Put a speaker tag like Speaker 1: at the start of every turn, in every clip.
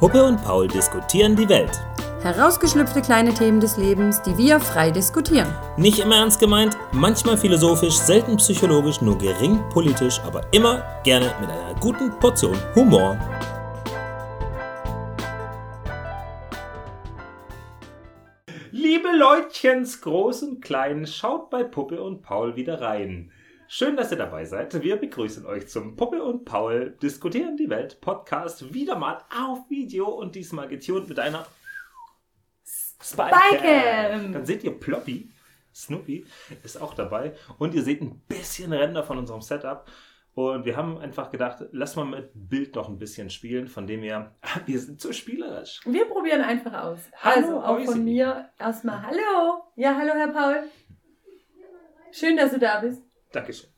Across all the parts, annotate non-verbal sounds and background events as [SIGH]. Speaker 1: Huppe und Paul diskutieren die Welt.
Speaker 2: Herausgeschlüpfte kleine Themen des Lebens, die wir frei diskutieren.
Speaker 1: Nicht immer ernst gemeint, manchmal philosophisch, selten psychologisch, nur gering politisch, aber immer gerne mit einer guten Portion Humor. Liebe Leutchens, groß und klein, schaut bei Puppe und Paul wieder rein. Schön, dass ihr dabei seid. Wir begrüßen euch zum Puppe und Paul diskutieren die Welt Podcast wieder mal auf Video und diesmal getunt mit einer Spycam.
Speaker 2: Spycam.
Speaker 1: Dann seht ihr Ploppy, Snoopy ist auch dabei und ihr seht ein bisschen Ränder von unserem Setup. Und wir haben einfach gedacht, lass mal mit Bild noch ein bisschen spielen, von dem wir, wir sind zu spielerisch.
Speaker 3: Wir probieren einfach aus.
Speaker 1: Hallo,
Speaker 3: also auch
Speaker 1: Eusi.
Speaker 3: von mir erstmal Hallo. Ja, hallo Herr Paul. Schön, dass du da bist.
Speaker 1: Dankeschön.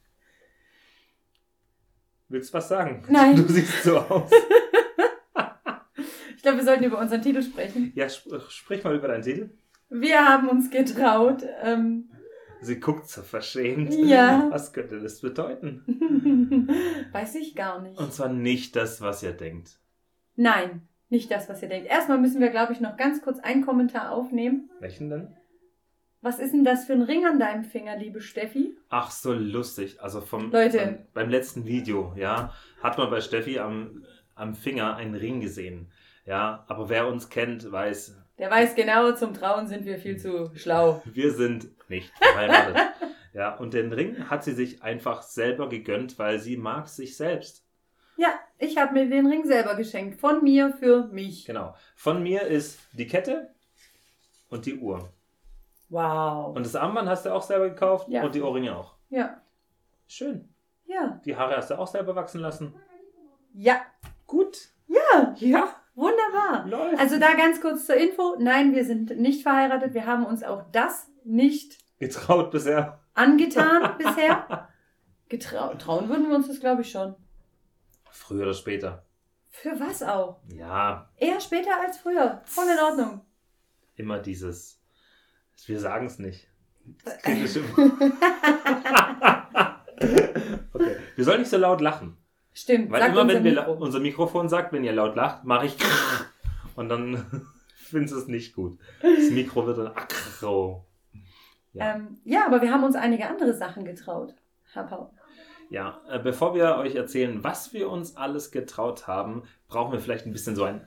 Speaker 1: Willst du was sagen?
Speaker 3: Nein.
Speaker 1: Du siehst so aus.
Speaker 3: Ich glaube, wir sollten über unseren Titel sprechen.
Speaker 1: Ja, sp sprich mal über deinen Titel.
Speaker 3: Wir haben uns getraut. Ähm, [LAUGHS]
Speaker 1: Sie guckt so verschämt.
Speaker 3: Ja.
Speaker 1: Was könnte das bedeuten?
Speaker 3: weiß ich gar nicht.
Speaker 1: Und zwar nicht das, was ihr denkt.
Speaker 3: Nein, nicht das, was ihr denkt. Erstmal müssen wir, glaube ich, noch ganz kurz einen Kommentar aufnehmen.
Speaker 1: Welchen denn?
Speaker 3: Was ist denn das für ein Ring an deinem Finger, liebe Steffi?
Speaker 1: Ach, so lustig. Also vom
Speaker 3: Leute.
Speaker 1: Beim, beim letzten Video, ja, hat man bei Steffi am, am Finger einen Ring gesehen. Ja, aber wer uns kennt, weiß,
Speaker 3: Der weiß genau, zum Trauen sind wir viel zu schlau.
Speaker 1: wir sind nicht
Speaker 3: [LAUGHS]
Speaker 1: verheiratet. ja, und den Ring hat sie sich einfach selber gegönnt, weil sie mag sich selbst.
Speaker 3: Ja, ich habe mir den Ring selber geschenkt. Von mir für mich.
Speaker 1: Genau. Von mir ist die Kette und die Uhr.
Speaker 3: Wow.
Speaker 1: Und das Armband hast du auch selber gekauft
Speaker 3: Ja.
Speaker 1: und die Ohrringe auch.
Speaker 3: Ja,
Speaker 1: Schön.
Speaker 3: ja,
Speaker 1: Die Haare hast du auch selber wachsen lassen.
Speaker 3: ja.
Speaker 1: Gut.
Speaker 3: Ja,
Speaker 1: Ja,
Speaker 3: wunderbar.
Speaker 1: läuft.
Speaker 3: Also da ganz kurz zur Info. Nein, wir sind nicht verheiratet. Wir haben uns auch das nicht
Speaker 1: Getraut bisher. [LAUGHS]
Speaker 3: angetan bisher. Getraut. Trauen würden wir uns das, glaube ich, schon.
Speaker 1: Früher oder später.
Speaker 3: Für was auch?
Speaker 1: Ja,
Speaker 3: Eher später als früher. Voll in Ordnung.
Speaker 1: immer dieses. Wir sagen es nicht. Das klingt bestimmt- okay. Wir sollen nicht so laut lachen.
Speaker 3: Stimmt.
Speaker 1: Weil
Speaker 3: sagt
Speaker 1: immer,
Speaker 3: unser
Speaker 1: wenn wir la-
Speaker 3: Mikro.
Speaker 1: unser Mikrofon sagt, wenn ihr laut lacht, mache ich. Und dann findest du es nicht gut. Das Mikro wird dann aggro. Ja.
Speaker 3: ähm, ja, aber wir haben uns einige andere Sachen getraut. Herr Paul.
Speaker 1: Ja, äh, bevor wir euch erzählen, was wir uns alles getraut haben, brauchen wir vielleicht ein bisschen so einen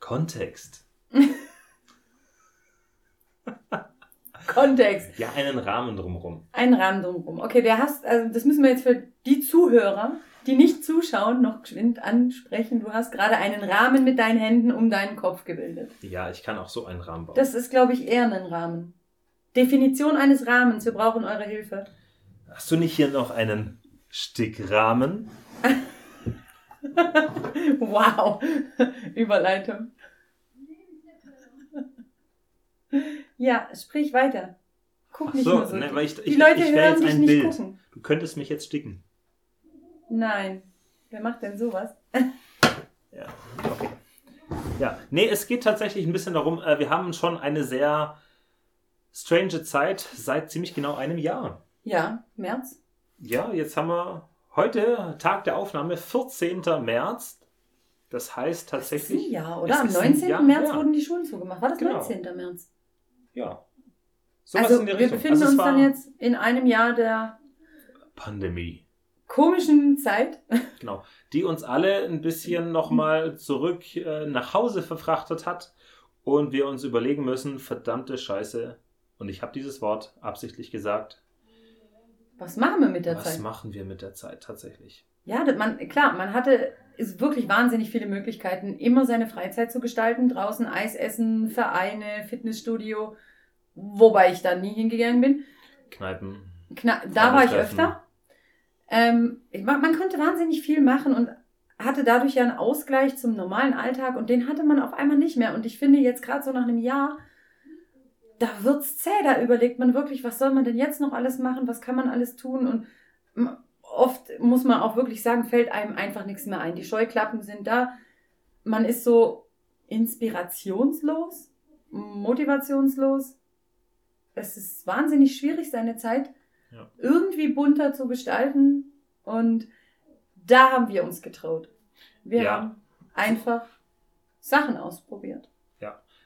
Speaker 1: Kontext.
Speaker 3: Kontext.
Speaker 1: Ja, einen Rahmen drumherum.
Speaker 3: Einen Rahmen drumherum. Okay, der hast, also das müssen wir jetzt für die Zuhörer, die nicht zuschauen, noch geschwind ansprechen. Du hast gerade einen Rahmen mit deinen Händen um deinen Kopf gebildet.
Speaker 1: Ja, ich kann auch so einen Rahmen bauen.
Speaker 3: Das ist, glaube ich, eher ein Rahmen. Definition eines Rahmens. Wir brauchen eure Hilfe. [LAUGHS]
Speaker 1: Hast du nicht hier noch einen Stickrahmen?
Speaker 3: Wow. [LAUGHS] Überleitung. Ja, sprich weiter. Guck
Speaker 1: Ach
Speaker 3: nicht
Speaker 1: so,
Speaker 3: nur so.
Speaker 1: ne, weil ich, ich,
Speaker 3: die Leute
Speaker 1: ich wähle
Speaker 3: hören
Speaker 1: jetzt
Speaker 3: dich
Speaker 1: ein
Speaker 3: nicht
Speaker 1: Bild.
Speaker 3: gucken.
Speaker 1: Du könntest mich jetzt sticken.
Speaker 3: Nein. Wer macht denn sowas?
Speaker 1: Ja, okay. Ja, nee, es geht tatsächlich ein bisschen darum, äh, wir haben schon eine sehr strange Zeit seit ziemlich genau einem Jahr.
Speaker 3: Ja, März.
Speaker 1: Ja, jetzt haben wir heute Tag der Aufnahme, 14. März. Das heißt
Speaker 3: Ist ein
Speaker 1: tatsächlich,
Speaker 3: Jahr, oder?
Speaker 1: Es
Speaker 3: Am
Speaker 1: ist ein
Speaker 3: 19.
Speaker 1: Jahr,
Speaker 3: März
Speaker 1: ja.
Speaker 3: wurden die Schulen zugemacht. War das
Speaker 1: Genau.
Speaker 3: 19. März?
Speaker 1: ja. Sowas
Speaker 3: also
Speaker 1: in der
Speaker 3: wir
Speaker 1: Richtung.
Speaker 3: befinden
Speaker 1: Also es
Speaker 3: uns
Speaker 1: war
Speaker 3: dann jetzt in einem Jahr der
Speaker 1: Pandemie.
Speaker 3: komischen Zeit.
Speaker 1: Genau. Die uns alle ein bisschen
Speaker 3: Mhm.
Speaker 1: nochmal zurück äh, nach Hause verfrachtet hat und wir uns überlegen müssen, verdammte Scheiße. Und ich habe dieses Wort absichtlich gesagt.
Speaker 3: Was machen wir mit der
Speaker 1: Was
Speaker 3: Zeit?
Speaker 1: machen wir mit der Zeit tatsächlich?
Speaker 3: Ja, das- man, klar, man hatte ist wirklich wahnsinnig viele Möglichkeiten, immer seine Freizeit zu gestalten. Draußen Eis essen, Vereine, Fitnessstudio. Wobei ich da nie hingegangen bin.
Speaker 1: Kneipen.
Speaker 3: Kna da war ich
Speaker 1: Freunde treffen.
Speaker 3: öfter. Ähm, ich- man, man konnte wahnsinnig viel machen und hatte dadurch ja einen Ausgleich zum normalen Alltag und den hatte man auf einmal nicht mehr. Und ich finde jetzt gerade so nach einem Jahr, da wird's zäh, da überlegt man wirklich, was soll man denn jetzt noch alles machen, was kann man alles tun und m- oft muss man auch wirklich sagen, fällt einem einfach nichts mehr ein. Die Scheuklappen sind da, man ist so inspirationslos, motivationslos. Es ist wahnsinnig schwierig, seine Zeit
Speaker 1: Ja.
Speaker 3: irgendwie bunter zu gestalten und da haben wir uns getraut. Wir
Speaker 1: Ja.
Speaker 3: haben einfach Sachen ausprobiert.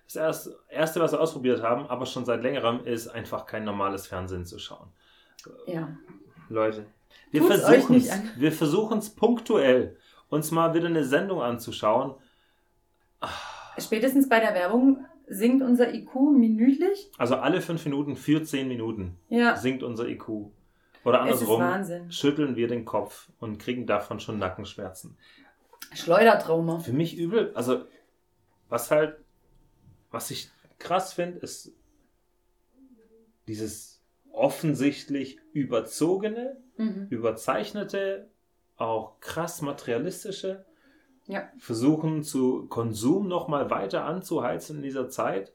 Speaker 1: Das erste, erste, was wir ausprobiert haben, aber schon seit längerem, ist einfach kein normales Fernsehen zu schauen.
Speaker 3: Ja.
Speaker 1: Leute, wir
Speaker 3: Tut's euch
Speaker 1: versuchen
Speaker 3: nicht
Speaker 1: es.
Speaker 3: an.
Speaker 1: Wir versuchen es punktuell, uns mal wieder eine Sendung anzuschauen.
Speaker 3: Spätestens bei der Werbung sinkt unser IQ minütlich.
Speaker 1: Also alle fünf Minuten, 14 Minuten
Speaker 3: Ja.
Speaker 1: sinkt unser IQ. Oder
Speaker 3: Es ist
Speaker 1: andersrum,
Speaker 3: Wahnsinn.
Speaker 1: schütteln wir den Kopf und kriegen davon schon Nackenschmerzen.
Speaker 3: Schleudertrauma.
Speaker 1: Für mich übel, also was halt, was ich krass finde, ist dieses offensichtlich überzogene,
Speaker 3: Mhm.
Speaker 1: überzeichnete, auch krass materialistische
Speaker 3: Ja.
Speaker 1: versuchen zu Konsum nochmal weiter anzuheizen in dieser Zeit.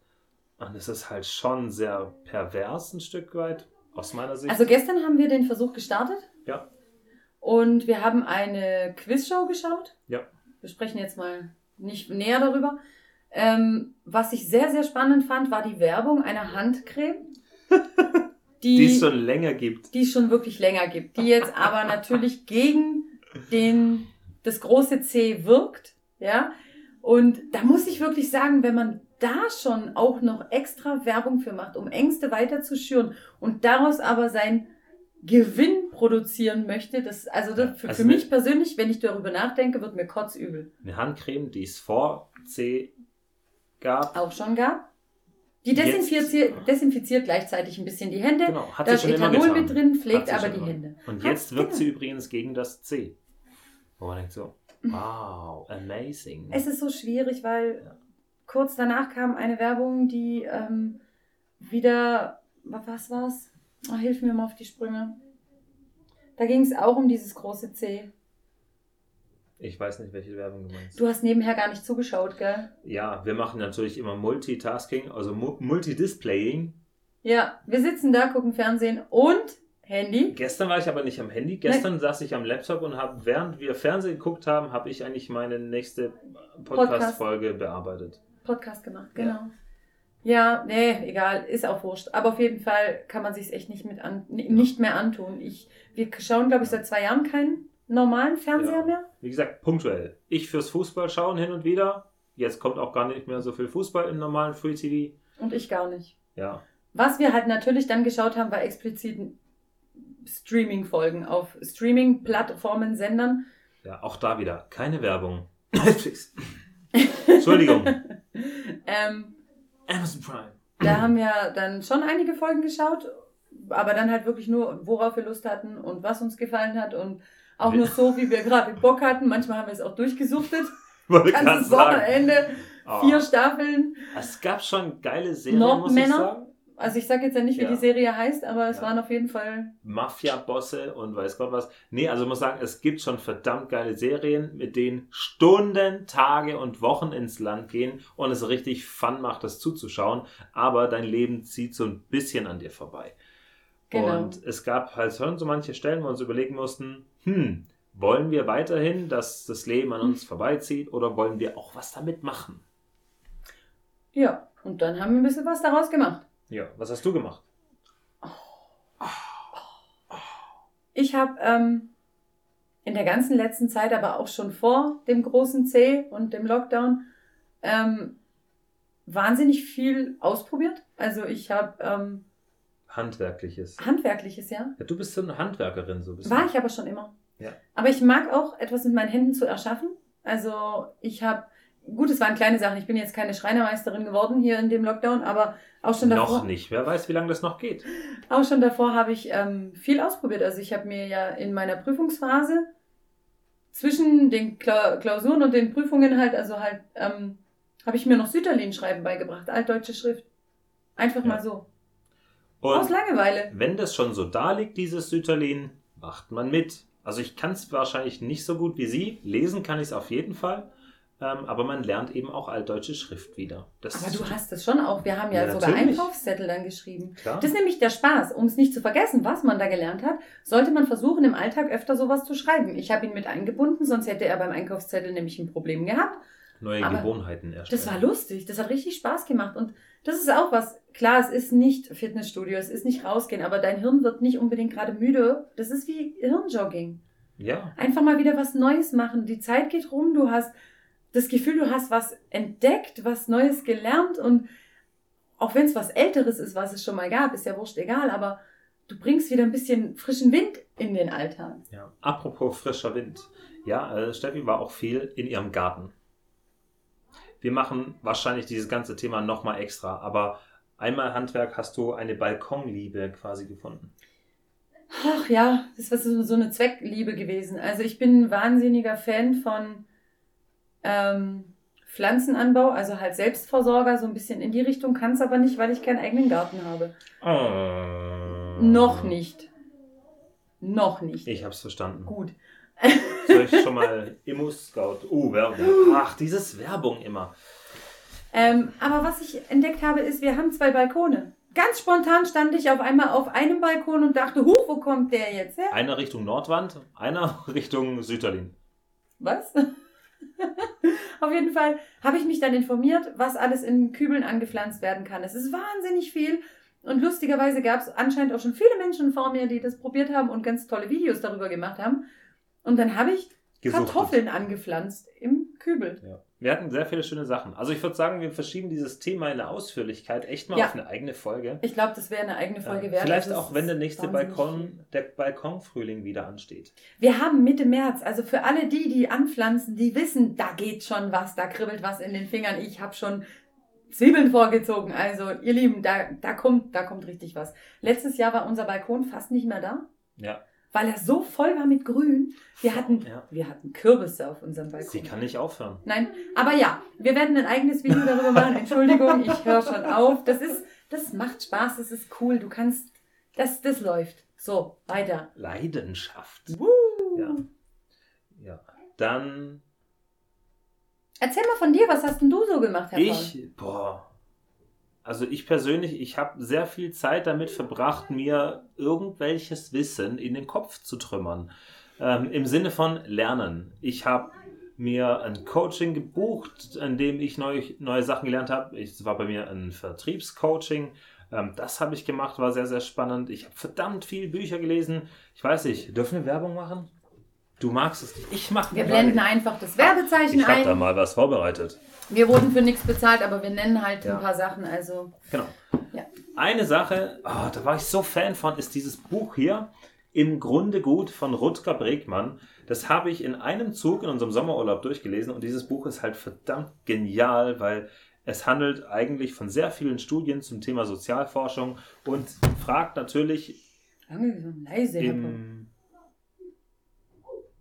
Speaker 1: Und es ist halt schon sehr pervers ein Stück weit, aus meiner Sicht.
Speaker 3: Also gestern haben wir den Versuch gestartet.
Speaker 1: Ja.
Speaker 3: Und wir haben eine Quizshow geschaut.
Speaker 1: Ja.
Speaker 3: Wir sprechen jetzt mal nicht näher darüber. Ähm, was ich sehr, sehr spannend fand, war die Werbung einer Handcreme, die,
Speaker 1: die es schon länger gibt.
Speaker 3: die es schon wirklich länger gibt, die jetzt aber natürlich gegen den, das große C wirkt, ja. Und da muss ich wirklich sagen, wenn man da schon auch noch extra Werbung für macht, um Ängste weiter zu schüren und daraus aber sein Gewinn produzieren möchte, das, also das, für,
Speaker 1: Also
Speaker 3: für
Speaker 1: ne-
Speaker 3: mich persönlich, wenn ich darüber nachdenke, wird mir kotzübel.
Speaker 1: Eine Handcreme, die es vor C gab.
Speaker 3: Auch schon gab. Die
Speaker 1: Jetzt-
Speaker 3: desinfiziert, desinfiziert gleichzeitig ein bisschen die Hände.
Speaker 1: Genau, hat
Speaker 3: da
Speaker 1: sie
Speaker 3: ist
Speaker 1: schon immer
Speaker 3: Also, Ethanol
Speaker 1: getan.
Speaker 3: mit drin, pflegt
Speaker 1: Hat sie
Speaker 3: aber die
Speaker 1: schon immer.
Speaker 3: Hände.
Speaker 1: Und
Speaker 3: Hat-
Speaker 1: jetzt wirkt
Speaker 3: genau. Mhm.
Speaker 1: sie übrigens gegen das C. Wo man denkt so, wow, amazing.
Speaker 3: Es ist so schwierig, weil kurz danach kam eine Werbung, die ähm, wieder, wa- was war's? Oh, hilf mir mal auf die Sprünge. Da ging es auch um dieses große C.
Speaker 1: ich weiß nicht, welche Werbung du meinst.
Speaker 3: Du hast nebenher gar nicht zugeschaut, gell?
Speaker 1: Ja, wir machen natürlich immer Multitasking, also Mu- Multidisplaying.
Speaker 3: Ja, wir sitzen da, gucken Fernsehen und Handy.
Speaker 1: Gestern war ich aber nicht am Handy. Gestern saß ich am Laptop und habe, während wir Fernsehen geguckt haben, habe ich eigentlich meine nächste Podcast-Folge bearbeitet.
Speaker 3: Podcast gemacht, genau. Ja, nee, egal, ist auch wurscht. Aber auf jeden Fall kann man sich echt nicht, mit an, n- nicht mehr antun. Ich, wir schauen, glaube ich, seit zwei Jahren keinen normalen Fernseher
Speaker 1: Ja.
Speaker 3: mehr.
Speaker 1: Wie gesagt, punktuell. Ich fürs Fußball schauen hin und wieder. Jetzt kommt auch gar nicht mehr so viel Fußball im normalen Free TV.
Speaker 3: Und ich gar nicht.
Speaker 1: Ja,
Speaker 3: Was wir halt natürlich dann geschaut haben, war explizit Streaming-Folgen auf Streaming-Plattformen, Sendern.
Speaker 1: Ja, auch da wieder keine Werbung. Netflix. Entschuldigung.
Speaker 3: Ähm,
Speaker 1: Amazon Prime.
Speaker 3: da haben wir dann schon einige Folgen geschaut, aber dann halt wirklich nur, worauf wir Lust hatten und was uns gefallen hat und auch nur so, wie wir gerade Bock hatten. Manchmal haben wir es
Speaker 1: [LAUGHS]
Speaker 3: auch durchgesuchtet.
Speaker 1: Wollte
Speaker 3: Ganzes Wochenende,
Speaker 1: Ah.
Speaker 3: vier Staffeln.
Speaker 1: Es gab schon geile Serien, muss ich
Speaker 3: Nordmänner?
Speaker 1: sagen.
Speaker 3: Also ich sage jetzt ja nicht, wie
Speaker 1: Ja.
Speaker 3: die Serie heißt, aber es
Speaker 1: Ja.
Speaker 3: waren auf jeden Fall
Speaker 1: Mafia-Bosse und weiß Gott was. Nee, also muss sagen, es gibt schon verdammt geile Serien, mit denen Stunden, Tage und Wochen ins Land gehen und es richtig Fun macht, das zuzuschauen. Aber dein Leben zieht so ein bisschen an dir vorbei.
Speaker 3: genau.
Speaker 1: Und es gab halt schon so manche Stellen, wo wir uns überlegen mussten, hm, wollen wir weiterhin, dass das Leben an uns vorbeizieht oder wollen wir auch was damit machen?
Speaker 3: ja, und dann haben wir ein bisschen was daraus gemacht.
Speaker 1: Ja, was hast du gemacht?
Speaker 3: Ich habe ähm, in der ganzen letzten Zeit, aber auch schon vor dem großen C und dem Lockdown, ähm, wahnsinnig viel ausprobiert. Also ich habe ähm,
Speaker 1: Handwerkliches.
Speaker 3: handwerkliches, ja.
Speaker 1: Ja, du bist so eine Handwerkerin, so bist
Speaker 3: War
Speaker 1: du.
Speaker 3: ich aber schon immer.
Speaker 1: Ja.
Speaker 3: Aber ich mag auch etwas mit meinen Händen zu erschaffen. Also ich habe, gut, es waren kleine Sachen. Ich bin jetzt keine Schreinermeisterin geworden hier in dem Lockdown, aber auch schon davor.
Speaker 1: Noch nicht. Wer weiß, wie lange das noch geht.
Speaker 3: Auch schon davor habe ich ähm, viel ausprobiert. Also ich habe mir ja in meiner Prüfungsphase zwischen den Kla Klausuren und den Prüfungen halt, also halt, ähm, habe ich mir noch Sütterlin-Schreiben beigebracht, altdeutsche Schrift. Einfach
Speaker 1: Ja.
Speaker 3: mal so. Aus
Speaker 1: Und
Speaker 3: Langeweile.
Speaker 1: wenn das schon so da liegt, dieses Sütterlin, macht man mit. Also ich kann es wahrscheinlich nicht so gut wie sie. Lesen kann ich es auf jeden Fall. Ähm, aber man lernt eben auch altdeutsche Schrift wieder. Das
Speaker 3: Aber
Speaker 1: ist
Speaker 3: du hast das schon auch. Wir haben ja,
Speaker 1: Ja,
Speaker 3: sogar
Speaker 1: natürlich.
Speaker 3: Einkaufszettel dann geschrieben.
Speaker 1: klar.
Speaker 3: Das ist nämlich der Spaß. Um es nicht zu vergessen, was man da gelernt hat, sollte man versuchen, im Alltag öfter sowas zu schreiben. Ich habe ihn mit eingebunden, sonst hätte er beim Einkaufszettel nämlich ein Problem gehabt.
Speaker 1: Neue
Speaker 3: aber
Speaker 1: Gewohnheiten erstellen.
Speaker 3: Das war lustig, das hat richtig Spaß gemacht. Und das ist auch was, klar, es ist nicht Fitnessstudio, es ist nicht rausgehen, aber dein Hirn wird nicht unbedingt gerade müde. Das ist wie Hirnjogging.
Speaker 1: Ja.
Speaker 3: Einfach mal wieder was Neues machen. Die Zeit geht rum, du hast das Gefühl, du hast was entdeckt, was Neues gelernt und auch wenn es was Älteres ist, was es schon mal gab, ist ja wurscht egal, aber du bringst wieder ein bisschen frischen Wind in den Alltag.
Speaker 1: ja. Apropos frischer Wind. Ja, äh, Steffi war auch viel in ihrem Garten. Wir machen wahrscheinlich dieses ganze Thema nochmal extra, aber einmal Handwerk hast du eine Balkonliebe quasi gefunden.
Speaker 3: Ach ja, das ist so so eine Zweckliebe gewesen. Also ich bin ein wahnsinniger Fan von ähm, Pflanzenanbau, also halt Selbstversorger, so ein bisschen in die Richtung kann es aber nicht, weil ich keinen eigenen Garten habe. Oh.
Speaker 1: Ah.
Speaker 3: Noch nicht. Noch nicht.
Speaker 1: Ich hab's verstanden.
Speaker 3: Gut.
Speaker 1: Soll ich schon mal Immo-Scout? Oh, Werbung. Ach, dieses Werbung immer.
Speaker 3: Ähm, aber was ich entdeckt habe, ist, wir haben zwei Balkone. Ganz spontan stand ich auf einmal auf einem Balkon und dachte, huch, wo kommt der jetzt her?
Speaker 1: Einer Richtung Nordwand, einer [LAUGHS] Richtung Süderlin.
Speaker 3: Was? [LAUGHS] Auf jeden Fall habe ich mich dann informiert, was alles in Kübeln angepflanzt werden kann. Es ist wahnsinnig viel. Und lustigerweise gab es anscheinend auch schon viele Menschen vor mir, die das probiert haben und ganz tolle Videos darüber gemacht haben. Und dann habe ich
Speaker 1: Gesuchtet.
Speaker 3: Kartoffeln angepflanzt im Kübel.
Speaker 1: Ja. Wir hatten sehr viele schöne Sachen. Also ich würde sagen, wir verschieben dieses Thema in der Ausführlichkeit echt mal
Speaker 3: Ja.
Speaker 1: auf eine eigene Folge.
Speaker 3: Ich glaube, das wäre eine eigene Folge
Speaker 1: Ähm,
Speaker 3: wert.
Speaker 1: Vielleicht
Speaker 3: Das
Speaker 1: auch, wenn der
Speaker 3: ist
Speaker 1: nächste
Speaker 3: wahnsinnig viel.
Speaker 1: Balkon, der Balkonfrühling wieder ansteht.
Speaker 3: Wir haben Mitte März, also für alle die, die anpflanzen, die wissen, da geht schon was, da kribbelt was in den Fingern. Ich habe schon Zwiebeln vorgezogen. Also, ihr Lieben, da, da, kommt, da kommt richtig was. Letztes Jahr war unser Balkon fast nicht mehr da,
Speaker 1: Ja.
Speaker 3: weil er so voll war mit Grün. Wir hatten,
Speaker 1: Ja.
Speaker 3: wir hatten Kürbisse auf unserem Balkon.
Speaker 1: Sie kann nicht aufhören.
Speaker 3: Nein, aber ja, wir werden ein eigenes Video darüber machen. Entschuldigung, ich höre schon auf. Das ist, das macht Spaß, das ist cool. Du kannst, das, das läuft. So, weiter.
Speaker 1: Leidenschaft.
Speaker 3: Woo.
Speaker 1: Ja. ja. Dann
Speaker 3: Erzähl mal von dir, was hast denn du so gemacht, Herr Paul?
Speaker 1: Ich, boah. Also ich persönlich, ich habe sehr viel Zeit damit verbracht, mir irgendwelches Wissen in den Kopf zu trümmern. Ähm, Im Sinne von Lernen. Ich habe mir ein Coaching gebucht, in dem ich neu, neue Sachen gelernt habe. Ich- Es war bei mir ein Vertriebscoaching. Ähm, das habe ich gemacht, war sehr, sehr spannend. Ich habe verdammt viele Bücher gelesen. Ich weiß nicht, dürfen wir Werbung machen? Du magst es nicht. Ich mache
Speaker 3: Wir blenden einfach das Werbezeichen
Speaker 1: Ich habe da
Speaker 3: ein.
Speaker 1: mal was vorbereitet.
Speaker 3: Wir wurden für nichts bezahlt, aber wir nennen halt
Speaker 1: Ja.
Speaker 3: ein paar Sachen. Also
Speaker 1: Genau.
Speaker 3: Ja.
Speaker 1: Eine Sache, ah, da war ich so Fan von, ist dieses Buch hier, Im Grunde gut von Rutger Bregmann. Das habe ich in einem Zug in unserem Sommerurlaub durchgelesen und dieses Buch ist halt verdammt genial, weil es handelt eigentlich von sehr vielen Studien zum Thema Sozialforschung und fragt natürlich
Speaker 3: langsam, leise. Herr Paul.
Speaker 1: im,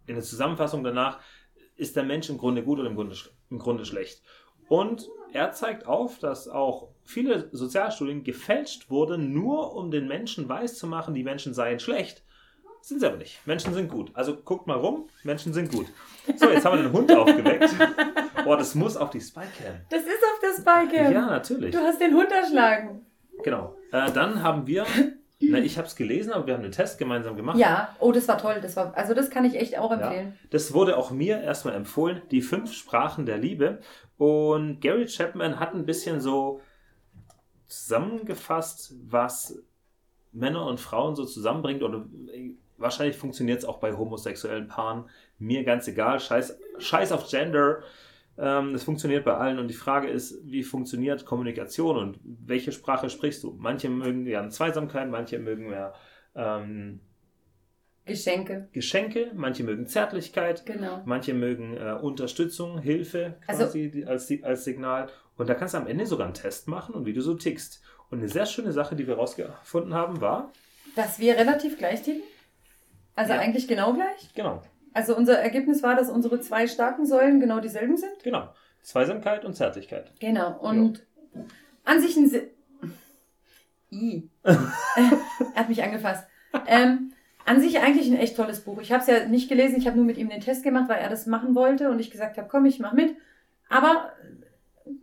Speaker 1: in der Zusammenfassung danach, ist der Mensch im Grunde gut oder im Grunde, sch- im Grunde schlecht. Und er zeigt auf, dass auch viele Sozialstudien gefälscht wurden, nur um den Menschen weiszumachen, die Menschen seien schlecht. Sind sie aber nicht. Menschen sind gut. Also guckt mal rum, Menschen sind gut. So, jetzt haben wir den Hund aufgeweckt. Boah, das muss auf die Spycam.
Speaker 3: Das ist auf das Balken.
Speaker 1: Ja, natürlich.
Speaker 3: Du hast den Hund erschlagen.
Speaker 1: Genau. Äh, dann haben wir, na, ich habe es gelesen, aber wir haben den Test gemeinsam gemacht.
Speaker 3: Ja, oh, das war toll. Das war, also das kann ich echt auch
Speaker 1: Ja.
Speaker 3: empfehlen.
Speaker 1: Das wurde auch mir erstmal empfohlen, die fünf Sprachen der Liebe. Und Gary Chapman hat ein bisschen so zusammengefasst, was Männer und Frauen so zusammenbringt. Oder äh, wahrscheinlich funktioniert es auch bei homosexuellen Paaren. Mir ganz egal. Scheiß, Scheiß auf Gender. Ähm, das funktioniert bei allen. Und die Frage ist, wie funktioniert Kommunikation und welche Sprache sprichst du? Manche mögen ja Zweisamkeit, manche mögen mehr ähm,
Speaker 3: Geschenke,
Speaker 1: Geschenke, manche mögen Zärtlichkeit.
Speaker 3: genau.
Speaker 1: Manche mögen äh, Unterstützung, Hilfe
Speaker 3: Also-
Speaker 1: quasi die- als, die- als Signal. Und da kannst du am Ende sogar einen Test machen und wie du so tickst. Und eine sehr schöne Sache, die wir rausgefunden haben, war,
Speaker 3: Dass wir relativ gleich ticken. Also
Speaker 1: Ja.
Speaker 3: eigentlich genau gleich.
Speaker 1: genau,
Speaker 3: Also unser Ergebnis war, dass unsere zwei starken Säulen genau dieselben sind.
Speaker 1: genau, Zweisamkeit und Zärtlichkeit.
Speaker 3: Genau. Und an sich ein. Se
Speaker 1: [LAUGHS]
Speaker 3: I. [LAUGHS] er hat mich angefasst. Ähm, an sich eigentlich ein echt tolles Buch. Ich habe es ja nicht gelesen, ich habe nur mit ihm den Test gemacht, weil er das machen wollte und ich gesagt habe, komm, ich mach mit. Aber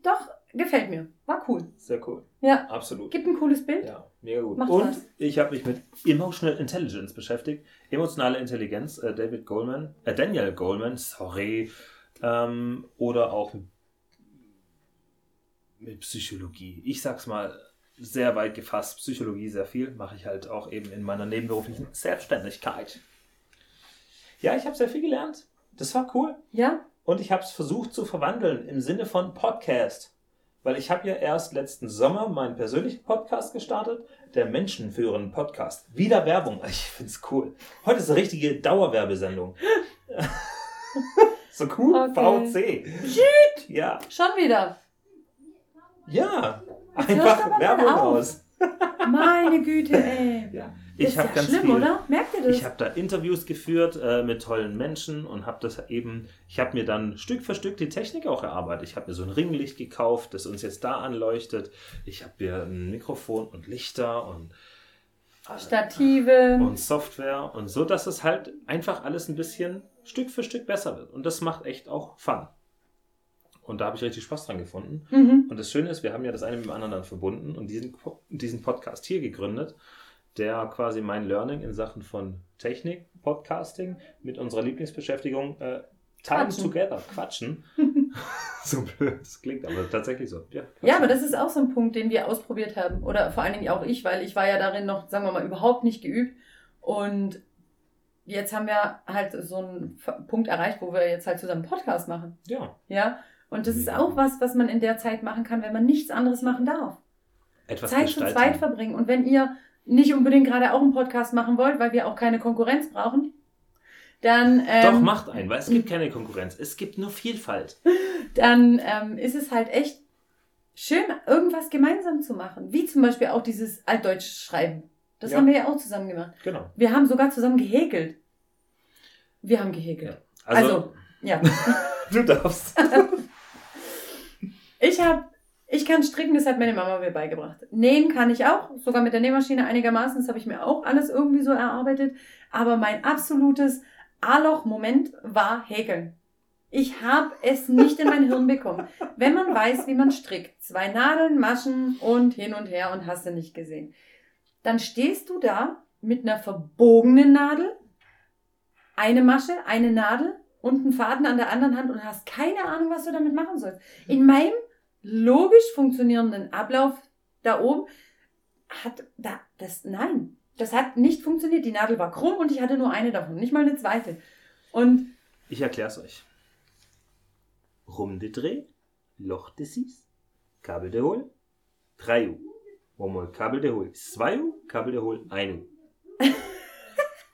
Speaker 3: doch, gefällt mir. War cool.
Speaker 1: Sehr cool.
Speaker 3: Ja.
Speaker 1: Absolut.
Speaker 3: Gibt ein cooles Bild.
Speaker 1: Ja, mega gut.
Speaker 3: Macht
Speaker 1: und
Speaker 3: was.
Speaker 1: ich habe mich mit Emotional Intelligence beschäftigt. Emotionale Intelligenz, äh, David Goldman, äh, Daniel Goldman, sorry. Ähm, oder auch mit Psychologie. Ich sag's mal sehr weit gefasst. Psychologie sehr viel, mache ich halt auch eben in meiner nebenberuflichen Selbstständigkeit. Ja, ich habe sehr viel gelernt. Das war cool.
Speaker 3: Ja?
Speaker 1: Und ich habe es versucht zu verwandeln im Sinne von Podcast. Weil ich habe ja erst letzten Sommer meinen persönlichen Podcast gestartet, der Menschenführenden Podcast. Wieder Werbung. [LAUGHS] Ich find's cool. Heute ist eine richtige Dauerwerbesendung. [LAUGHS] so cool.
Speaker 3: Okay.
Speaker 1: VC. Ja,
Speaker 3: Schon wieder.
Speaker 1: ja.
Speaker 3: Jetzt hörst du aber
Speaker 1: Einfach
Speaker 3: mal
Speaker 1: Werbung
Speaker 3: auf.
Speaker 1: raus.
Speaker 3: Meine Güte, ey.
Speaker 1: [LAUGHS] Ja.
Speaker 3: ist
Speaker 1: Ich habe
Speaker 3: ja
Speaker 1: ganz
Speaker 3: schlimm,
Speaker 1: viel.
Speaker 3: oder? Merkt ihr das?
Speaker 1: Ich habe da Interviews geführt äh, mit tollen Menschen und habe das eben, ich habe mir dann Stück für Stück die Technik auch erarbeitet. Ich habe mir so ein Ringlicht gekauft, das uns jetzt da anleuchtet. Ich habe mir ein Mikrofon und Lichter und, äh,
Speaker 3: Stative.
Speaker 1: und Software und so, dass es halt einfach alles ein bisschen Stück für Stück besser wird. Und das macht echt auch Fun. Und da habe ich richtig Spaß dran gefunden.
Speaker 3: Mhm.
Speaker 1: Und das Schöne ist, wir haben ja das eine mit dem anderen dann verbunden und diesen, Po- diesen Podcast hier gegründet, der quasi mein Learning in Sachen von Technik, Podcasting mit unserer Lieblingsbeschäftigung äh, Time
Speaker 3: Quatschen.
Speaker 1: Together, Quatschen.
Speaker 3: [LAUGHS]
Speaker 1: [LAUGHS] so blöd das klingt, aber tatsächlich so. Ja,
Speaker 3: Ja,
Speaker 1: Quatschen.
Speaker 3: aber das ist auch so ein Punkt, den wir ausprobiert haben. Oder vor allen Dingen auch ich, weil ich war ja darin noch, sagen wir mal, überhaupt nicht geübt. Und jetzt haben wir halt so einen F- Punkt erreicht, wo wir jetzt halt zusammen einen Podcast machen.
Speaker 1: ja,
Speaker 3: Ja. Und das ist
Speaker 1: Mega.
Speaker 3: auch was, was man in der Zeit machen kann, wenn man nichts anderes machen darf.
Speaker 1: etwas
Speaker 3: Zeit zu zweit
Speaker 1: gestalten.
Speaker 3: verbringen. Und wenn ihr nicht unbedingt gerade auch einen Podcast machen wollt, weil wir auch keine Konkurrenz brauchen, dann,
Speaker 1: Doch,
Speaker 3: ähm,
Speaker 1: macht einen, weil es gibt keine Konkurrenz. Es gibt nur Vielfalt.
Speaker 3: dann ähm, ist es halt echt schön, irgendwas gemeinsam zu machen. Wie zum Beispiel auch dieses altdeutsche Schreiben. Das
Speaker 1: Ja.
Speaker 3: haben wir ja auch zusammen gemacht.
Speaker 1: Genau.
Speaker 3: Wir haben sogar zusammen gehäkelt. Wir haben gehäkelt. Also, ja.
Speaker 1: Also, du darfst.
Speaker 3: Ich habe, ich kann stricken, das hat meine Mama mir beigebracht. Nähen kann ich auch, sogar mit der Nähmaschine einigermaßen, das habe ich mir auch alles irgendwie so erarbeitet. Aber mein absolutes A-Loch-Moment war Häkeln. Ich habe es nicht in mein Hirn bekommen. Wenn man weiß, wie man strickt, zwei Nadeln, Maschen und hin und her und hast du nicht gesehen, dann stehst du da mit einer verbogenen Nadel, eine Masche, eine Nadel und einen Faden an der anderen Hand und hast keine Ahnung, was du damit machen sollst. In meinem logisch funktionierenden Ablauf da oben hat da das nein, das hat nicht funktioniert. Die Nadel war krumm und ich hatte nur eine davon, nicht mal eine zweite. Und
Speaker 1: Ich erkläre es euch. Rum de Dreh, Loch de Sis, Kabel de Hol, 3 U. Rumol Kabel de Hol, 2 U, Kabel de Hol,
Speaker 3: [LAUGHS]
Speaker 1: 1 U.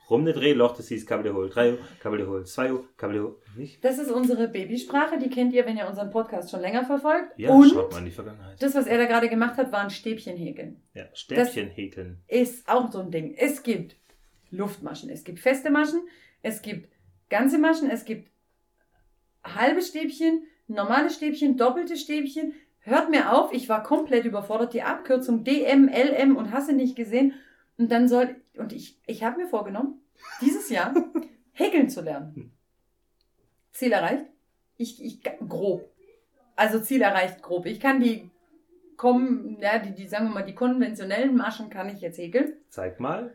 Speaker 1: Rum de Dreh, Loch de Sis, Kabel de Hol, 3 U, Kabel de Hol, 2 U, Kabel de Hol. Nicht?
Speaker 3: das ist unsere Babysprache, die kennt ihr, wenn ihr unseren Podcast schon länger verfolgt.
Speaker 1: Ja,
Speaker 3: und
Speaker 1: schaut mal in die Vergangenheit.
Speaker 3: das, was er da gerade gemacht hat, war ein Stäbchen häkeln.
Speaker 1: Ja, Stäbchen häkeln.
Speaker 3: ist auch so ein Ding. Es gibt Luftmaschen, es gibt feste Maschen, es gibt ganze Maschen, es gibt halbe Stäbchen, normale Stäbchen, doppelte Stäbchen. Hört mir auf, ich war komplett überfordert. Die Abkürzung DM, LM und hasse nicht gesehen. Und dann soll, und ich, ich habe mir vorgenommen, dieses Jahr häkeln zu lernen. Ziel erreicht? Ich, ich, grob. Also Ziel erreicht grob. Ich kann die kommen, ja, die, die, sagen wir mal, die konventionellen Maschen kann ich jetzt häkeln.
Speaker 1: Zeig mal.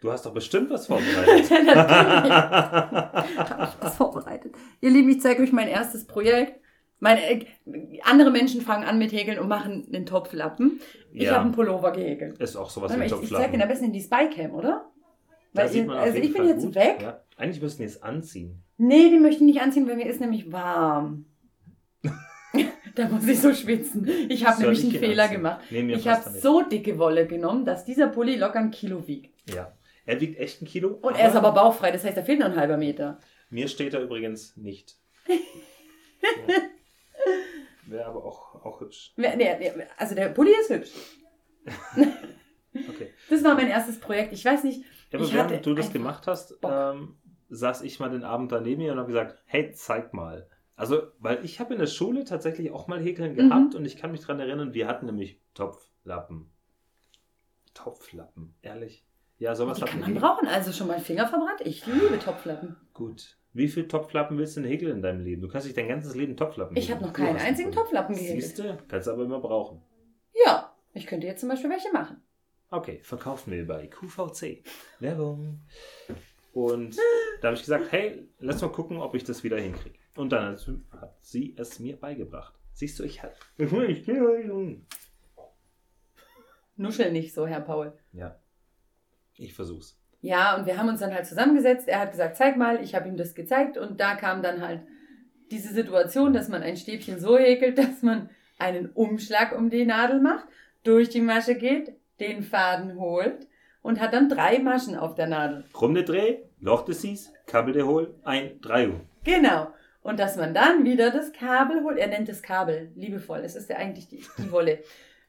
Speaker 1: Du hast doch bestimmt was
Speaker 3: [LAUGHS]
Speaker 1: vorbereitet. [LAUGHS]
Speaker 3: Natürlich
Speaker 2: Habe ich was vorbereitet.
Speaker 3: Ihr Lieben, ich zeige euch mein erstes Projekt. Meine, äh, andere Menschen fangen an mit Häkeln und machen einen Topflappen. Ich habe einen
Speaker 1: ja,
Speaker 3: Pullover gehäkelt.
Speaker 1: ist auch sowas
Speaker 3: Warte mal,
Speaker 1: wie
Speaker 3: ich ich zeige Ihnen
Speaker 1: Topflappen.
Speaker 3: am besten in die Spycam, oder?
Speaker 1: Da
Speaker 3: Weil
Speaker 1: sieht
Speaker 3: ihr-
Speaker 1: man auf
Speaker 3: also
Speaker 1: jeden
Speaker 3: ich bin
Speaker 1: Fall
Speaker 3: jetzt
Speaker 1: gut.
Speaker 3: weg.
Speaker 1: Ja. Eigentlich müssen die es anziehen.
Speaker 3: Nee, die möchte ich nicht anziehen, weil mir ist nämlich
Speaker 1: [LAUGHS]
Speaker 3: warm. da muss ich so schwitzen. Ich habe
Speaker 1: Soll
Speaker 3: nämlich
Speaker 1: ich
Speaker 3: einen
Speaker 1: den
Speaker 3: Fehler
Speaker 1: anziehen?
Speaker 3: gemacht.
Speaker 1: Nee, mir
Speaker 3: Ich
Speaker 1: passt
Speaker 3: habe
Speaker 1: er nicht.
Speaker 3: so dicke Wolle genommen, dass dieser Pulli locker ein Kilo wiegt.
Speaker 1: Ja. Er wiegt echt ein Kilo.
Speaker 3: Und er ist aber bauchfrei, das heißt, da fehlt noch ein halber Meter.
Speaker 1: Mir steht er übrigens
Speaker 3: [LAUGHS]
Speaker 1: nicht. Wäre aber auch, auch hübsch.
Speaker 3: Wer- der- der- Also der Pulli ist hübsch.
Speaker 1: Okay.
Speaker 3: Das war mein erstes Projekt. Ich weiß nicht,
Speaker 1: Ja, aber
Speaker 3: Ich hatte
Speaker 1: während du das
Speaker 3: einfach
Speaker 1: gemacht hast,
Speaker 3: Bock.
Speaker 1: ähm, saß ich mal den Abend daneben mir und habe gesagt, hey, zeig mal. Also, weil ich habe in der Schule tatsächlich auch mal Häkeln
Speaker 3: Mhm.
Speaker 1: gehabt und ich kann mich daran erinnern, wir hatten nämlich Topflappen. Topflappen, ehrlich. Ja, sowas
Speaker 3: die
Speaker 1: hatten
Speaker 3: kann
Speaker 1: wir
Speaker 3: man
Speaker 1: nie.
Speaker 3: brauchen. Also schon mal Finger verbrannt. Ich liebe Topflappen.
Speaker 1: Gut. Wie viele Topflappen willst du denn häkeln in deinem Leben? Du kannst dich dein ganzes Leben Topflappen
Speaker 3: Ich habe noch keinen einzigen Topflappen
Speaker 1: Siehst
Speaker 3: gehäkelt.
Speaker 1: du? Kannst du aber immer brauchen.
Speaker 3: Ja, ich könnte jetzt zum Beispiel welche machen.
Speaker 1: Okay, verkaufen wir bei QVC. Werbung. Und da habe ich gesagt, hey, lass mal gucken, ob ich das wieder hinkriege. Und dann hat sie es mir beigebracht. Siehst du, ich hab- Ich bin-
Speaker 3: Nuschel nicht so, Herr Paul.
Speaker 1: Ja, ich versuch's.
Speaker 3: Ja, und wir haben uns dann halt zusammengesetzt. Er hat gesagt, zeig mal, ich habe ihm das gezeigt. Und da kam dann halt diese Situation, dass man ein Stäbchen so häkelt, [LAUGHS] dass man einen Umschlag um die Nadel macht, durch die Masche geht, den Faden holt und hat dann drei Maschen auf der Nadel.
Speaker 1: Runde Dreh, Loch des Sies, Kabel der Hohl, ein, drei Uhr.
Speaker 3: Genau. Und dass man dann wieder das Kabel holt. Er nennt es Kabel, liebevoll. Es ist ja eigentlich die, die Wolle.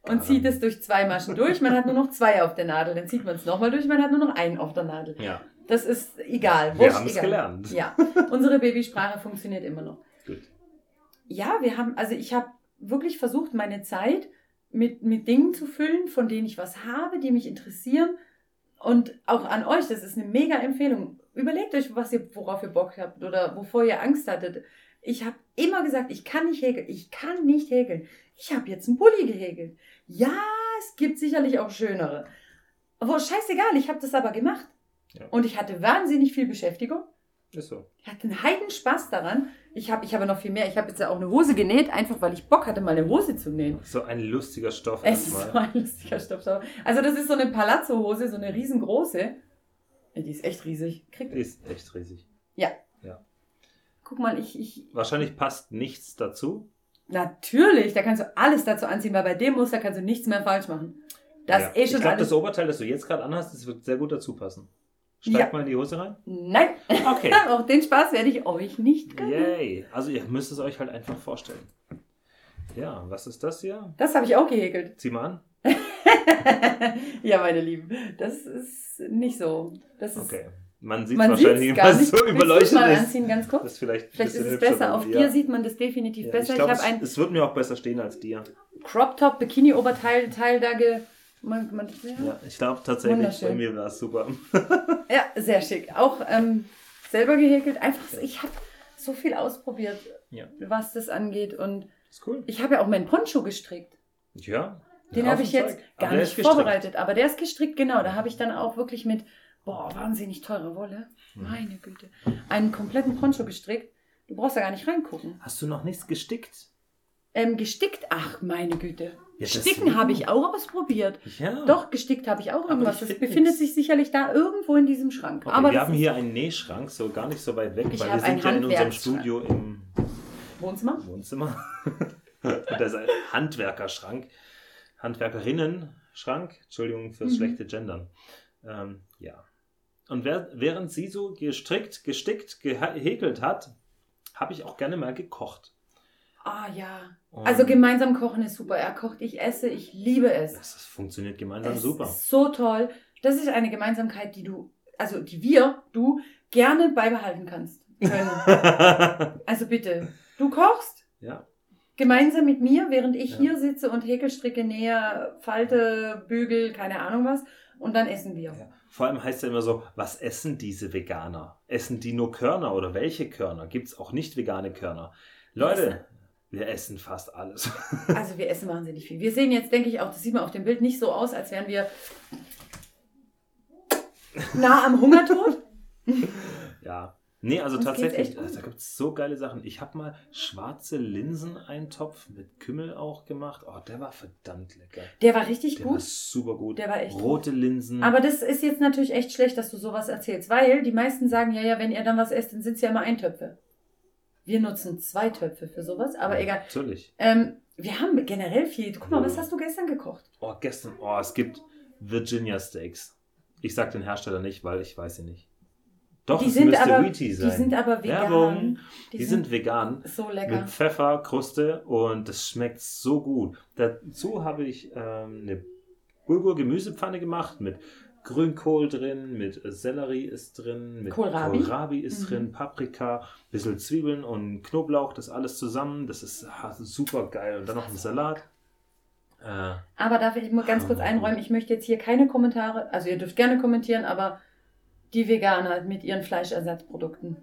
Speaker 3: Und zieht es durch zwei Maschen durch. Man hat nur noch zwei auf der Nadel. Dann zieht man es nochmal durch. Man hat nur noch einen auf der Nadel.
Speaker 1: Ja,
Speaker 3: Das ist egal.
Speaker 1: wir
Speaker 3: wurscht,
Speaker 1: haben es
Speaker 3: egal.
Speaker 1: gelernt.
Speaker 3: Ja, unsere Babysprache funktioniert immer noch.
Speaker 1: Gut.
Speaker 3: Ja, wir haben, also ich habe wirklich versucht, meine Zeit mit, mit Dingen zu füllen, von denen ich was habe, die mich interessieren. Und auch an euch, das ist eine mega Empfehlung. Überlegt euch, was ihr, worauf ihr Bock habt oder wovor ihr Angst hattet. Ich habe immer gesagt, ich kann nicht häkeln, ich kann nicht häkeln. Ich habe jetzt einen Pulli gehäkelt. Ja, es gibt sicherlich auch schönere. Aber scheißegal, ich habe das aber gemacht.
Speaker 1: Ja.
Speaker 3: Und ich hatte wahnsinnig viel Beschäftigung.
Speaker 1: Ist so.
Speaker 3: Ich hatte einen heiden Spaß daran. Ich habe ich hab noch viel mehr. Ich habe jetzt ja auch eine Hose genäht, einfach weil ich Bock hatte, mal eine Hose zu nähen.
Speaker 1: So ein lustiger Stoff
Speaker 3: Es ist so ein lustiger Stoppschau. Also das ist so eine Palazzo-Hose, so eine riesengroße. Ja, Die ist echt riesig. Krieg.
Speaker 1: Ist echt riesig.
Speaker 3: Guck mal, ich, ich...
Speaker 1: Wahrscheinlich passt nichts dazu.
Speaker 3: Natürlich, da kannst du alles dazu anziehen, weil bei dem Muster kannst du nichts mehr falsch machen. Das
Speaker 1: ja.
Speaker 3: ist eh
Speaker 1: Ich
Speaker 3: schon
Speaker 1: glaube,
Speaker 3: alles...
Speaker 1: das Oberteil, das du jetzt gerade anhast, das wird sehr gut dazu passen. Steig
Speaker 3: Ja.
Speaker 1: mal in die Hose
Speaker 3: [LAUGHS]
Speaker 1: rein.
Speaker 3: Nein,
Speaker 1: Okay.
Speaker 3: [LAUGHS] auch den Spaß werde ich euch nicht gönnen.
Speaker 1: Yay. Also ihr müsst es euch halt einfach vorstellen. Ja, was ist das hier?
Speaker 3: Das habe ich auch gehäkelt. [LAUGHS]
Speaker 1: Zieh mal an.
Speaker 3: ja, meine Lieben, das ist nicht so. Das ist...
Speaker 1: Okay. Man sieht
Speaker 3: Man
Speaker 1: wahrscheinlich
Speaker 3: sieht's gar
Speaker 1: was
Speaker 3: nicht.
Speaker 1: so
Speaker 3: Willst du's
Speaker 1: überleuchtet
Speaker 3: mal
Speaker 1: ist.
Speaker 3: anziehen, ganz kurz?
Speaker 1: Das ist vielleicht, ein
Speaker 3: Vielleicht ist
Speaker 1: bisschen
Speaker 3: es
Speaker 1: hübscher
Speaker 3: besser.
Speaker 1: bei
Speaker 3: Auf
Speaker 1: mir.
Speaker 3: dir sieht man das definitiv
Speaker 1: ja,
Speaker 3: besser.
Speaker 1: Ich
Speaker 3: Ich,
Speaker 1: glaube,
Speaker 3: habe
Speaker 1: es,
Speaker 3: ein
Speaker 1: es wird mir auch besser stehen als dir.
Speaker 3: Crop Top, Bikini Oberteil, Teil da ge. Man, man, ja.
Speaker 1: Ja, ich glaube tatsächlich,
Speaker 3: Wunderschön.
Speaker 1: bei mir war es super.
Speaker 3: ja, sehr schick. Auch ähm, selber gehäkelt. Einfach, so- ich habe so viel ausprobiert,
Speaker 1: Ja.
Speaker 3: was das angeht. Und
Speaker 1: Ist cool.
Speaker 3: ich habe ja auch meinen Poncho gestrickt.
Speaker 1: Ja.
Speaker 3: Den
Speaker 1: Auf
Speaker 3: habe ich
Speaker 1: dem
Speaker 3: jetzt
Speaker 1: Zeug. Aber
Speaker 3: gar
Speaker 1: der
Speaker 3: nicht
Speaker 1: ist gestrickt.
Speaker 3: vorbereitet, aber der ist gestrickt, genau. Da habe ich dann auch wirklich mit, boah, wahnsinnig teure Wolle.
Speaker 1: Hm.
Speaker 3: Meine Güte. Einen kompletten Poncho gestrickt. Du brauchst da gar nicht reingucken.
Speaker 1: Hast du noch nichts gestickt?
Speaker 3: Ähm, gestickt, ach meine Güte.
Speaker 1: Ja, das-
Speaker 3: Sticken habe ich auch ausprobiert.
Speaker 1: Ja.
Speaker 3: Doch, gestickt habe ich auch
Speaker 1: Aber
Speaker 3: irgendwas.
Speaker 1: ich
Speaker 3: Das
Speaker 1: find
Speaker 3: befindet
Speaker 1: nix.
Speaker 3: sich sicherlich da irgendwo in diesem Schrank.
Speaker 1: Okay,
Speaker 3: Aber
Speaker 1: wir
Speaker 3: das
Speaker 1: haben
Speaker 3: ist
Speaker 1: hier einen Nähschrank, so gar nicht so weit weg,
Speaker 3: Ich
Speaker 1: weil wir
Speaker 3: hab
Speaker 1: sind
Speaker 3: einen
Speaker 1: ja in unserem
Speaker 3: Handwerksschrank.
Speaker 1: Studio im
Speaker 3: Wohnzimmer.
Speaker 1: Wohnzimmer. [LAUGHS] Und da ist ein Handwerkerschrank. Handwerkerinnen-Schrank. Entschuldigung fürs
Speaker 3: Mhm.
Speaker 1: schlechte Gendern. Ähm, ja. Und wer, während sie so gestrickt, gestickt, gehäkelt hat, habe ich auch gerne mal gekocht.
Speaker 3: Ah ja.
Speaker 1: Und
Speaker 3: Also gemeinsam kochen ist super. Er kocht, ich esse, ich liebe es.
Speaker 1: Das funktioniert gemeinsam
Speaker 3: Es
Speaker 1: super.
Speaker 3: ist so toll. Das ist eine Gemeinsamkeit, die du, also die wir, du, gerne
Speaker 1: [LAUGHS]
Speaker 3: beibehalten kannst. Können.
Speaker 1: ja.
Speaker 3: also bitte, du kochst gemeinsam mit mir, während ich
Speaker 1: Ja.
Speaker 3: hier sitze und häkel, stricke, nähe, falte, bügel, keine Ahnung was. Und dann essen wir.
Speaker 1: Ja. Vor allem heißt ja immer so, was essen diese Veganer? Essen die nur Körner oder welche Körner? Gibt es auch nicht vegane Körner? Leute, wir essen fast alles. [LAUGHS]
Speaker 3: Also wir essen wahnsinnig viel. Wir sehen jetzt, denke ich, auch, das sieht man auf dem Bild nicht so aus, als wären wir nah am Hungertod.
Speaker 1: ja. Nee, also
Speaker 3: Uns geht's
Speaker 1: tatsächlich,
Speaker 3: echt gut.
Speaker 1: da gibt es so geile Sachen. Ich habe mal schwarze Linseneintopf mit Kümmel auch gemacht. Oh, der war verdammt lecker.
Speaker 3: Der war richtig
Speaker 1: Der war
Speaker 3: gut.
Speaker 1: super gut.
Speaker 3: Der war echt
Speaker 1: Rote Linsen.
Speaker 3: Aber das ist jetzt natürlich echt schlecht, dass du sowas erzählst, weil die meisten sagen, ja, ja, wenn ihr dann was esst, dann sind es ja immer Eintöpfe. Wir nutzen zwei Töpfe für sowas, aber
Speaker 1: Ja,
Speaker 3: egal.
Speaker 1: Natürlich.
Speaker 3: Ähm, wir haben generell viel. Guck mal, was hast du gestern gekocht?
Speaker 1: Oh, gestern, oh, es gibt Virginia Steaks. Ich sag den Hersteller nicht, weil ich weiß ihn nicht. Doch,
Speaker 3: Die
Speaker 1: es
Speaker 3: sind
Speaker 1: müsste
Speaker 3: aber-
Speaker 1: Wheaties
Speaker 3: Die
Speaker 1: sein.
Speaker 3: sind aber vegan.
Speaker 1: Werbung. Die, sind, vegan.
Speaker 3: so lecker.
Speaker 1: Mit Pfeffer, Kruste und das schmeckt so gut. Dazu habe ich ähm, eine Bulgur-Gemüsepfanne gemacht mit Grünkohl drin, mit Sellerie ist drin, mit
Speaker 3: Kohlrabi?
Speaker 1: Kohlrabi ist
Speaker 3: Mhm.
Speaker 1: drin, Paprika, ein bisschen Zwiebeln und Knoblauch, das alles zusammen. Das ist ah, super geil. Und dann noch ein Salat. Äh,
Speaker 3: Aber darf ich mal ganz kurz einräumen, ich möchte jetzt hier keine Kommentare, also ihr dürft gerne kommentieren, aber die Veganer mit ihren Fleischersatzprodukten.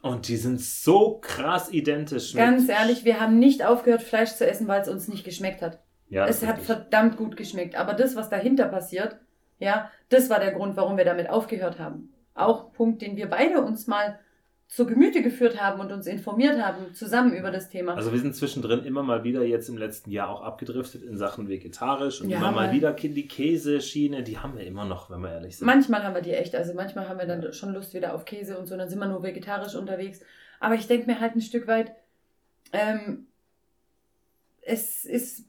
Speaker 1: Und die sind so krass identisch. mit-
Speaker 3: Ganz ehrlich, wir haben nicht aufgehört, Fleisch zu essen, weil es uns nicht geschmeckt hat.
Speaker 1: ja,
Speaker 3: es
Speaker 1: das
Speaker 3: hat
Speaker 1: ist richtig.
Speaker 3: verdammt gut geschmeckt, aber das, was dahinter passiert, ja, das war der Grund, warum wir damit aufgehört haben. Auch Punkt, den wir beide uns mal zu Gemüte geführt haben und uns informiert haben, zusammen über das Thema.
Speaker 1: Also wir sind zwischendrin immer mal wieder jetzt im letzten Jahr auch abgedriftet in Sachen vegetarisch und
Speaker 3: Ja,
Speaker 1: immer mal
Speaker 3: weil-
Speaker 1: wieder Ki- die Käseschiene, die haben wir immer noch, wenn wir ehrlich sind.
Speaker 3: manchmal haben wir die echt, also manchmal haben wir dann schon Lust wieder auf Käse und so, dann sind wir nur vegetarisch unterwegs. Aber ich denke mir halt ein Stück weit, ähm, es ist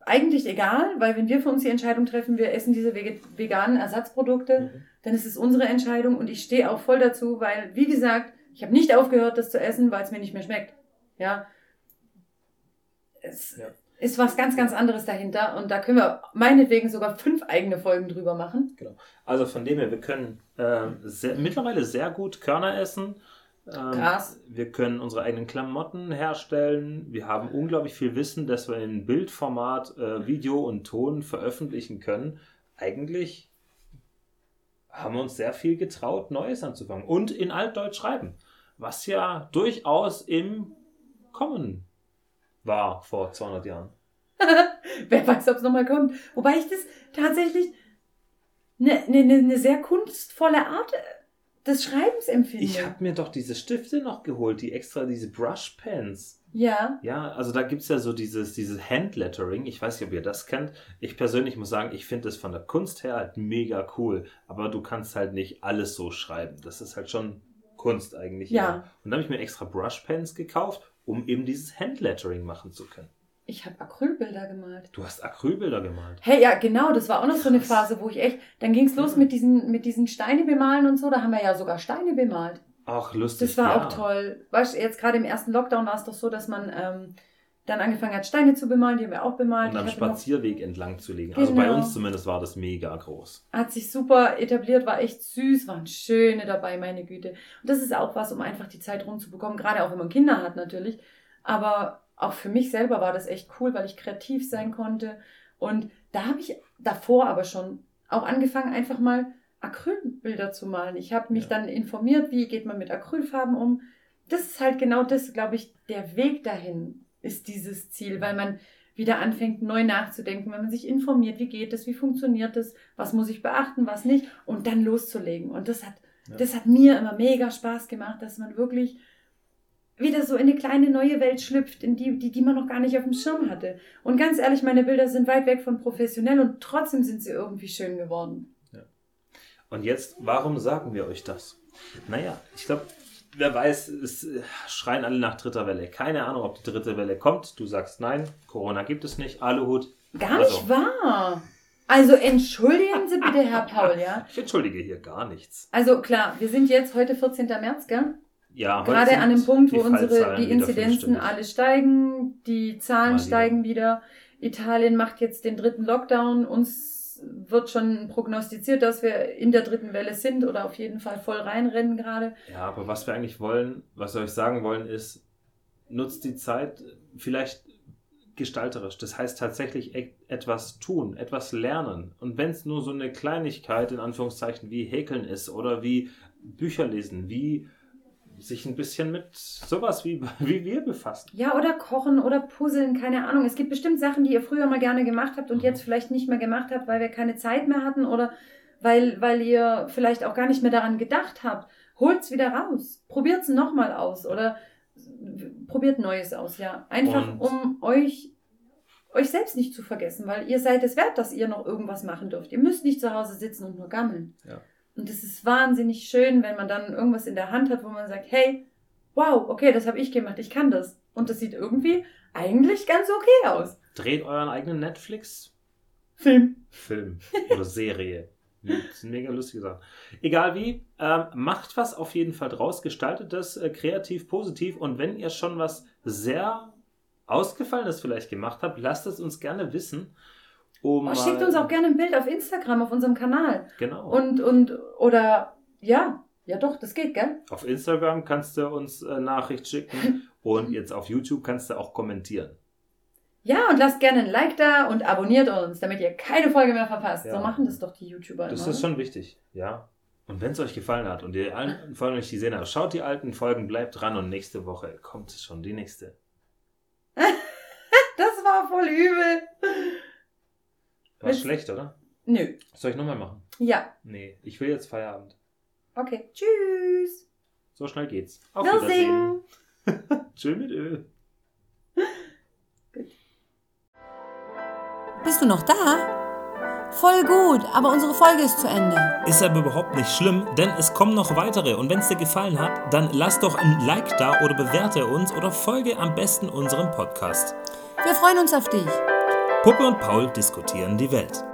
Speaker 3: eigentlich egal, weil wenn wir für uns die Entscheidung treffen, wir essen diese vege- veganen Ersatzprodukte,
Speaker 1: Mhm.
Speaker 3: dann ist es unsere Entscheidung und ich stehe auch voll dazu, weil, wie gesagt, ich habe nicht aufgehört, das zu essen, weil es mir nicht mehr schmeckt. Ja. Es
Speaker 1: Ja.
Speaker 3: ist was ganz, ganz anderes dahinter und da können wir meinetwegen sogar fünf eigene Folgen drüber machen.
Speaker 1: Also von dem her, wir können ähm, sehr, mittlerweile sehr gut Körner essen. Ähm,
Speaker 3: Gras.
Speaker 1: Wir können unsere eigenen Klamotten herstellen. Wir haben unglaublich viel Wissen, das wir in Bildformat, äh, Video und Ton veröffentlichen können. Eigentlich haben wir uns sehr viel getraut, Neues anzufangen und in Altdeutsch schreiben, was ja durchaus im Kommen war vor 200 Jahren.
Speaker 3: Wer weiß, ob es nochmal kommt. Wobei ich das tatsächlich eine ne, ne, ne sehr kunstvolle Art äh, des Schreibens empfinde.
Speaker 1: Ich habe mir doch diese Stifte noch geholt, die extra diese Brush Pens.
Speaker 3: ja,
Speaker 1: Ja, also da gibt es ja so dieses, dieses Handlettering. Ich weiß nicht, ob ihr das kennt. Ich persönlich muss sagen, ich finde das von der Kunst her halt mega cool. Aber du kannst halt nicht alles so schreiben. Das ist halt schon Kunst eigentlich.
Speaker 3: Ja.
Speaker 1: Und dann habe ich mir extra Brushpens gekauft, um eben dieses Handlettering machen zu können.
Speaker 3: ich habe Acrylbilder gemalt.
Speaker 1: Du hast Acrylbilder gemalt.
Speaker 3: Hey, ja, genau, das war auch noch so eine
Speaker 1: Krass.
Speaker 3: Phase, wo ich echt, dann ging es los
Speaker 1: Ja.
Speaker 3: mit diesen, mit diesen Steine bemalen und so, da haben wir ja sogar Steine bemalt.
Speaker 1: Ach, lustig.
Speaker 3: Das war
Speaker 1: ja.
Speaker 3: auch toll. Weißt du, jetzt gerade im ersten Lockdown war es doch so, dass man ähm, dann angefangen hat, Steine zu bemalen, die haben wir auch bemalt.
Speaker 1: Und am
Speaker 3: Ich hatte noch-
Speaker 1: Spazierweg entlang zu legen. Also bei
Speaker 3: Genau.
Speaker 1: uns zumindest war das mega groß.
Speaker 3: hat sich super etabliert, war echt süß, waren schöne dabei, meine Güte. Und das ist auch was, um einfach die Zeit rumzubekommen, gerade auch wenn man Kinder hat natürlich. Aber auch für mich selber war das echt cool, weil ich kreativ sein konnte. Und da habe ich davor aber schon auch angefangen, einfach mal Acrylbilder zu malen. Ich habe mich
Speaker 1: Ja.
Speaker 3: dann informiert, wie geht man mit Acrylfarben um. Das ist halt genau das, glaube ich, der Weg dahin ist dieses Ziel, weil man wieder anfängt, neu nachzudenken, wenn man sich informiert, wie geht das, wie funktioniert das, was muss ich beachten, was nicht, und dann loszulegen. Und das hat,
Speaker 1: Ja.
Speaker 3: das hat mir immer mega Spaß gemacht, dass man wirklich wieder so in eine kleine neue Welt schlüpft, in die, die, die man noch gar nicht auf dem Schirm hatte. Und ganz ehrlich, meine Bilder sind weit weg von professionell und trotzdem sind sie irgendwie schön geworden.
Speaker 1: Und jetzt, warum sagen wir euch das? Naja, ich glaube, wer weiß, es äh, schreien alle nach dritter Welle. Keine Ahnung, ob die dritte Welle kommt. Du sagst nein, Corona gibt es nicht, Aluhut.
Speaker 3: Gar
Speaker 1: Also.
Speaker 3: nicht wahr. Also entschuldigen Sie bitte,
Speaker 1: [LAUGHS]
Speaker 3: Herr Paul, ja?
Speaker 1: Ich entschuldige hier gar nichts.
Speaker 3: Also klar, wir sind jetzt heute 14. März, gell?
Speaker 1: Ja, heute
Speaker 3: Gerade
Speaker 1: sind
Speaker 3: an dem Punkt, wo unsere
Speaker 1: Fallzahlen
Speaker 3: die
Speaker 1: wieder
Speaker 3: Inzidenzen
Speaker 1: fünfstellig.
Speaker 3: alle steigen, die Zahlen
Speaker 1: Mal wieder.
Speaker 3: steigen wieder. Italien macht jetzt den dritten Lockdown. Uns wird schon prognostiziert, dass wir in der dritten Welle sind oder auf jeden Fall voll reinrennen gerade.
Speaker 1: Ja, aber was wir eigentlich wollen, was wir euch sagen wollen, ist, nutzt die Zeit vielleicht gestalterisch. Das heißt tatsächlich e- etwas tun, etwas lernen. Und wenn es nur so eine Kleinigkeit in Anführungszeichen wie Häkeln ist oder wie Bücher lesen, wie sich ein bisschen mit sowas wie, [LAUGHS] wie wir befassen.
Speaker 3: Ja, oder kochen oder puzzeln, keine Ahnung. Es gibt bestimmt Sachen, die ihr früher mal gerne gemacht habt und
Speaker 1: Mhm.
Speaker 3: jetzt vielleicht nicht mehr gemacht habt, weil wir keine Zeit mehr hatten oder weil, weil ihr vielleicht auch gar nicht mehr daran gedacht habt. Holt's wieder raus. Probiert's nochmal aus oder probiert Neues aus, ja. Einfach
Speaker 1: Und-
Speaker 3: um euch, euch selbst nicht zu vergessen, weil ihr seid es wert, dass ihr noch irgendwas machen dürft. Ihr müsst nicht zu Hause sitzen und nur gammeln.
Speaker 1: Ja.
Speaker 3: Und es ist wahnsinnig schön, wenn man dann irgendwas in der Hand hat, wo man sagt, hey, wow, okay, das habe ich gemacht, ich kann das. Und das sieht irgendwie eigentlich ganz okay aus.
Speaker 1: Dreht euren eigenen Netflix
Speaker 3: Film.
Speaker 1: Film oder Serie. Das sind mega lustige Sachen. Egal wie, ähm, macht was auf jeden Fall draus, gestaltet das äh, kreativ, positiv und wenn ihr schon was sehr Ausgefallenes vielleicht gemacht habt, lasst es uns gerne wissen. Um
Speaker 3: Oh, schickt uns auch gerne ein Bild auf Instagram, auf unserem Kanal.
Speaker 1: Genau.
Speaker 3: Und, und, oder, ja, ja doch, das geht, gell?
Speaker 1: auf Instagram kannst du uns äh, Nachricht schicken und jetzt auf YouTube kannst du auch kommentieren.
Speaker 3: Ja, und lasst gerne ein Like da und abonniert uns, damit ihr keine Folge mehr verpasst.
Speaker 1: Ja.
Speaker 3: So machen das doch die YouTuber
Speaker 1: Das
Speaker 3: immer.
Speaker 1: ist
Speaker 3: ne?
Speaker 1: schon wichtig, ja. Und wenn es euch gefallen hat und ihr allen Folgen nicht gesehen habt, schaut die alten Folgen, bleibt dran und nächste Woche kommt schon die nächste.
Speaker 3: Das war voll übel.
Speaker 1: War
Speaker 3: Willst-
Speaker 1: schlecht, oder?
Speaker 3: Nö.
Speaker 1: Soll ich nochmal machen?
Speaker 3: Ja,
Speaker 1: Nee, ich will jetzt Feierabend.
Speaker 3: okay. Tschüss. So schnell geht's. Auf
Speaker 4: Wir
Speaker 3: Wiedersehen.
Speaker 4: singen.
Speaker 3: [LAUGHS] Tschö mit Öl.
Speaker 2: Bist du noch da? Voll gut, aber unsere Folge ist zu Ende.
Speaker 1: Ist aber überhaupt nicht schlimm, denn es kommen noch weitere. Und wenn es dir gefallen hat, dann lass doch ein Like da oder bewerte uns oder folge am besten unserem Podcast.
Speaker 2: Wir freuen uns auf dich.
Speaker 1: Puppe und Paul diskutieren die Welt.